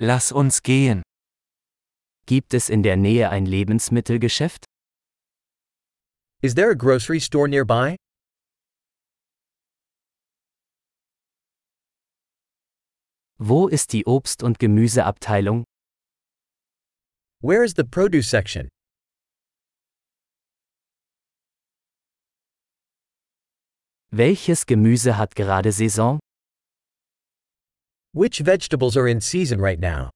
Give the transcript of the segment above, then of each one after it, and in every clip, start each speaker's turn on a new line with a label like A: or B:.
A: Lass uns gehen.
B: Gibt es in der Nähe ein Lebensmittelgeschäft?
C: Is there a grocery store nearby?
B: Wo ist die Obst- und Gemüseabteilung?
C: Where is the produce section?
B: Welches Gemüse hat gerade Saison?
C: Which vegetables are in season right now?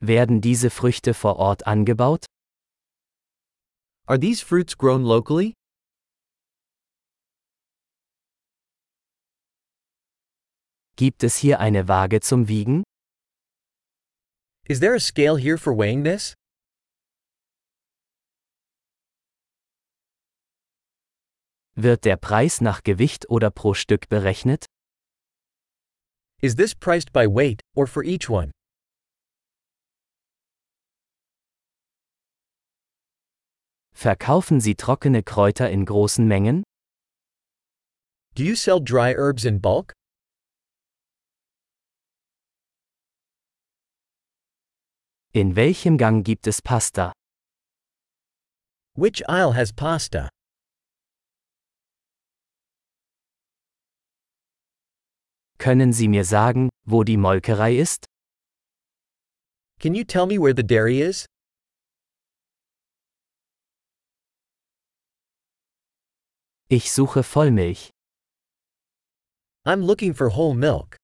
B: Werden diese Früchte vor Ort angebaut?
C: Are these fruits grown locally?
B: Gibt es hier eine Waage zum Wiegen?
C: Is there a scale here for weighing this?
B: Wird der Preis nach Gewicht oder pro Stück berechnet?
C: Is this priced by weight, or for each one?
B: Verkaufen Sie trockene Kräuter in großen Mengen?
C: Do you sell dry herbs in bulk?
B: In welchem Gang gibt es Pasta?
C: Which aisle has pasta?
B: Können Sie mir sagen, wo die Molkerei ist?
C: Can you tell me where the dairy is?
B: Ich suche Vollmilch.
C: I'm looking for whole milk.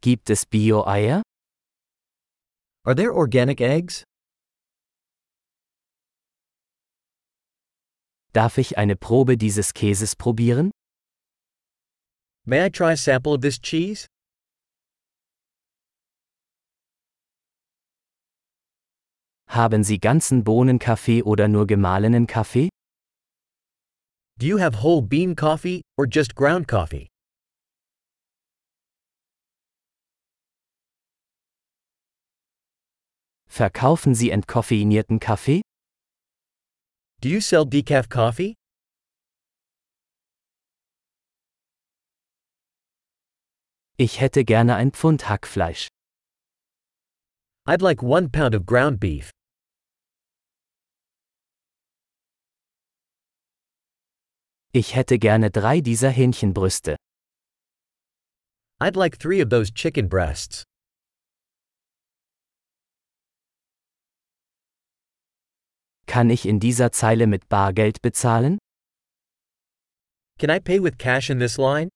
B: Gibt es Bio-Eier?
C: Are there organic eggs?
B: Darf ich eine Probe dieses Käses probieren?
C: May I try a sample of this cheese?
B: Haben Sie ganzen Bohnenkaffee oder nur gemahlenen Kaffee?
C: Do you have whole bean coffee, or just ground coffee?
B: Verkaufen Sie entkoffeinierten Kaffee?
C: Do you sell decaf coffee?
B: Ich hätte gerne ein Pfund Hackfleisch.
C: I'd like one pound of ground beef.
B: Ich hätte gerne drei dieser Hähnchenbrüste.
C: I'd like three of those chicken breasts.
B: Kann ich in dieser Zeile mit Bargeld bezahlen?
C: Can I pay with cash in this line?